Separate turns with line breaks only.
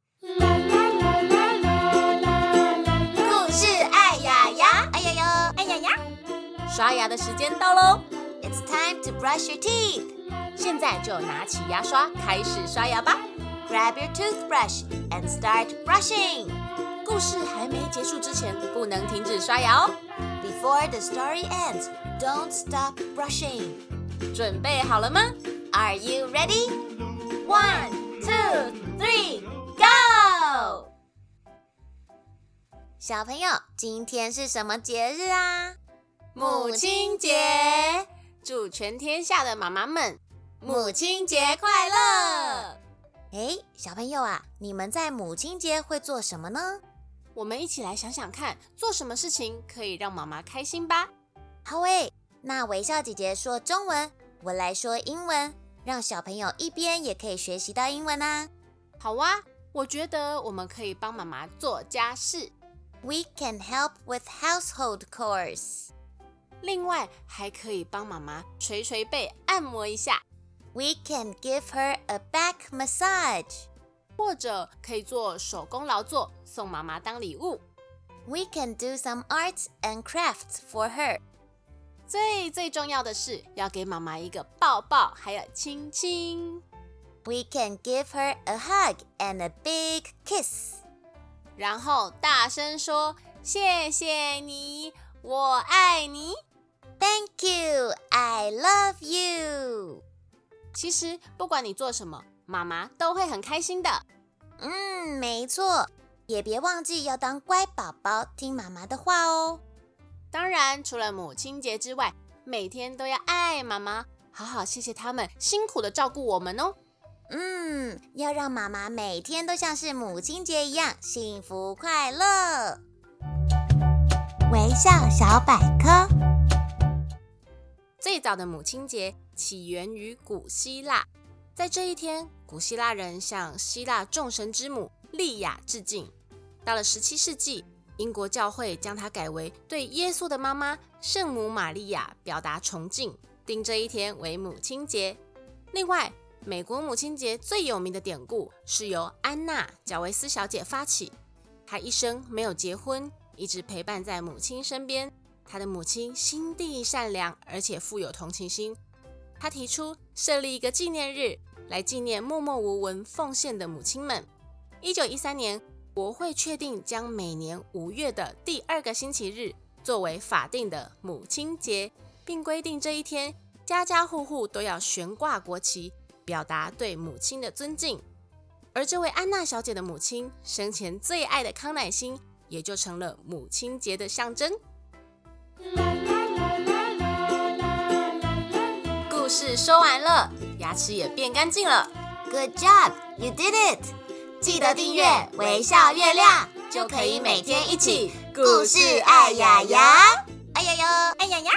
哎刷牙的时间到喽！
哎 It's time to brush your teeth.
现在就拿起牙刷开始刷牙吧。
Grab your toothbrush and start brushing.
故事还没结束之前，不能停止刷牙哦。
Before the story ends, don't stop brushing.
准备好了吗？
Are you ready?
One,
two, three, go! 小朋友，今天是什么节日啊？
母亲节，祝全天下的妈妈们
母亲
节快乐！
诶，小朋友啊，你们在母亲节会做什么呢？
我们一起来想想看，做什么事情可以让妈妈开心吧。
好诶，那微笑姐姐说中文，我来说英文，让小朋友一边也可以学习到英文啊。
好哇、我觉得我们可以帮妈妈做家事，
We can help with household chores.
另外还可以帮妈妈捶捶背、按摩一下，
We can give her a back massage.
或者可以做手工劳作，送妈妈当礼物。
We can do some arts and crafts for her.
最最重要的是要给妈妈一个抱抱，还有亲亲。
We can give her a hug and a big kiss.
然后大声说：“谢谢你，我爱你。
Thank you. I love you. ”
其实不管你做什么，妈妈都会很开心的。
嗯，没错，也别忘记要当乖宝宝，听妈妈的话哦。
当然，除了母亲节之外，每天都要爱妈妈，好好谢谢他们辛苦的照顾我们哦。
嗯，要让妈妈每天都像是母亲节一样幸福快乐。微笑小百科，
最早的母亲节起源于古希腊，在这一天，古希腊人向希腊众神之母莉亚致敬。到了17世纪，英国教会将它改为对耶稣的妈妈圣母玛利亚表达崇敬，定这一天为母亲节。另外，美国母亲节最有名的典故是由安娜·贾维斯小姐发起，她一生没有结婚，一直陪伴在母亲身边。她的母亲心地善良，而且富有同情心。她提出设立一个纪念日来纪念默默无闻奉献的母亲们。一九一三年，国会确定将每年五月的第二个星期日作为法定的母亲节，并规定这一天家家户户都要悬挂国旗，表达对母亲的尊敬。而这位安娜小姐的母亲生前最爱的康乃馨，也就成了母亲节的象征。故事说完了，牙齿也变干净了。
Good job, you did it！记得订阅《微笑月亮》，就可以每天一起故事爱雅雅。哎呀呀，哎呀呀！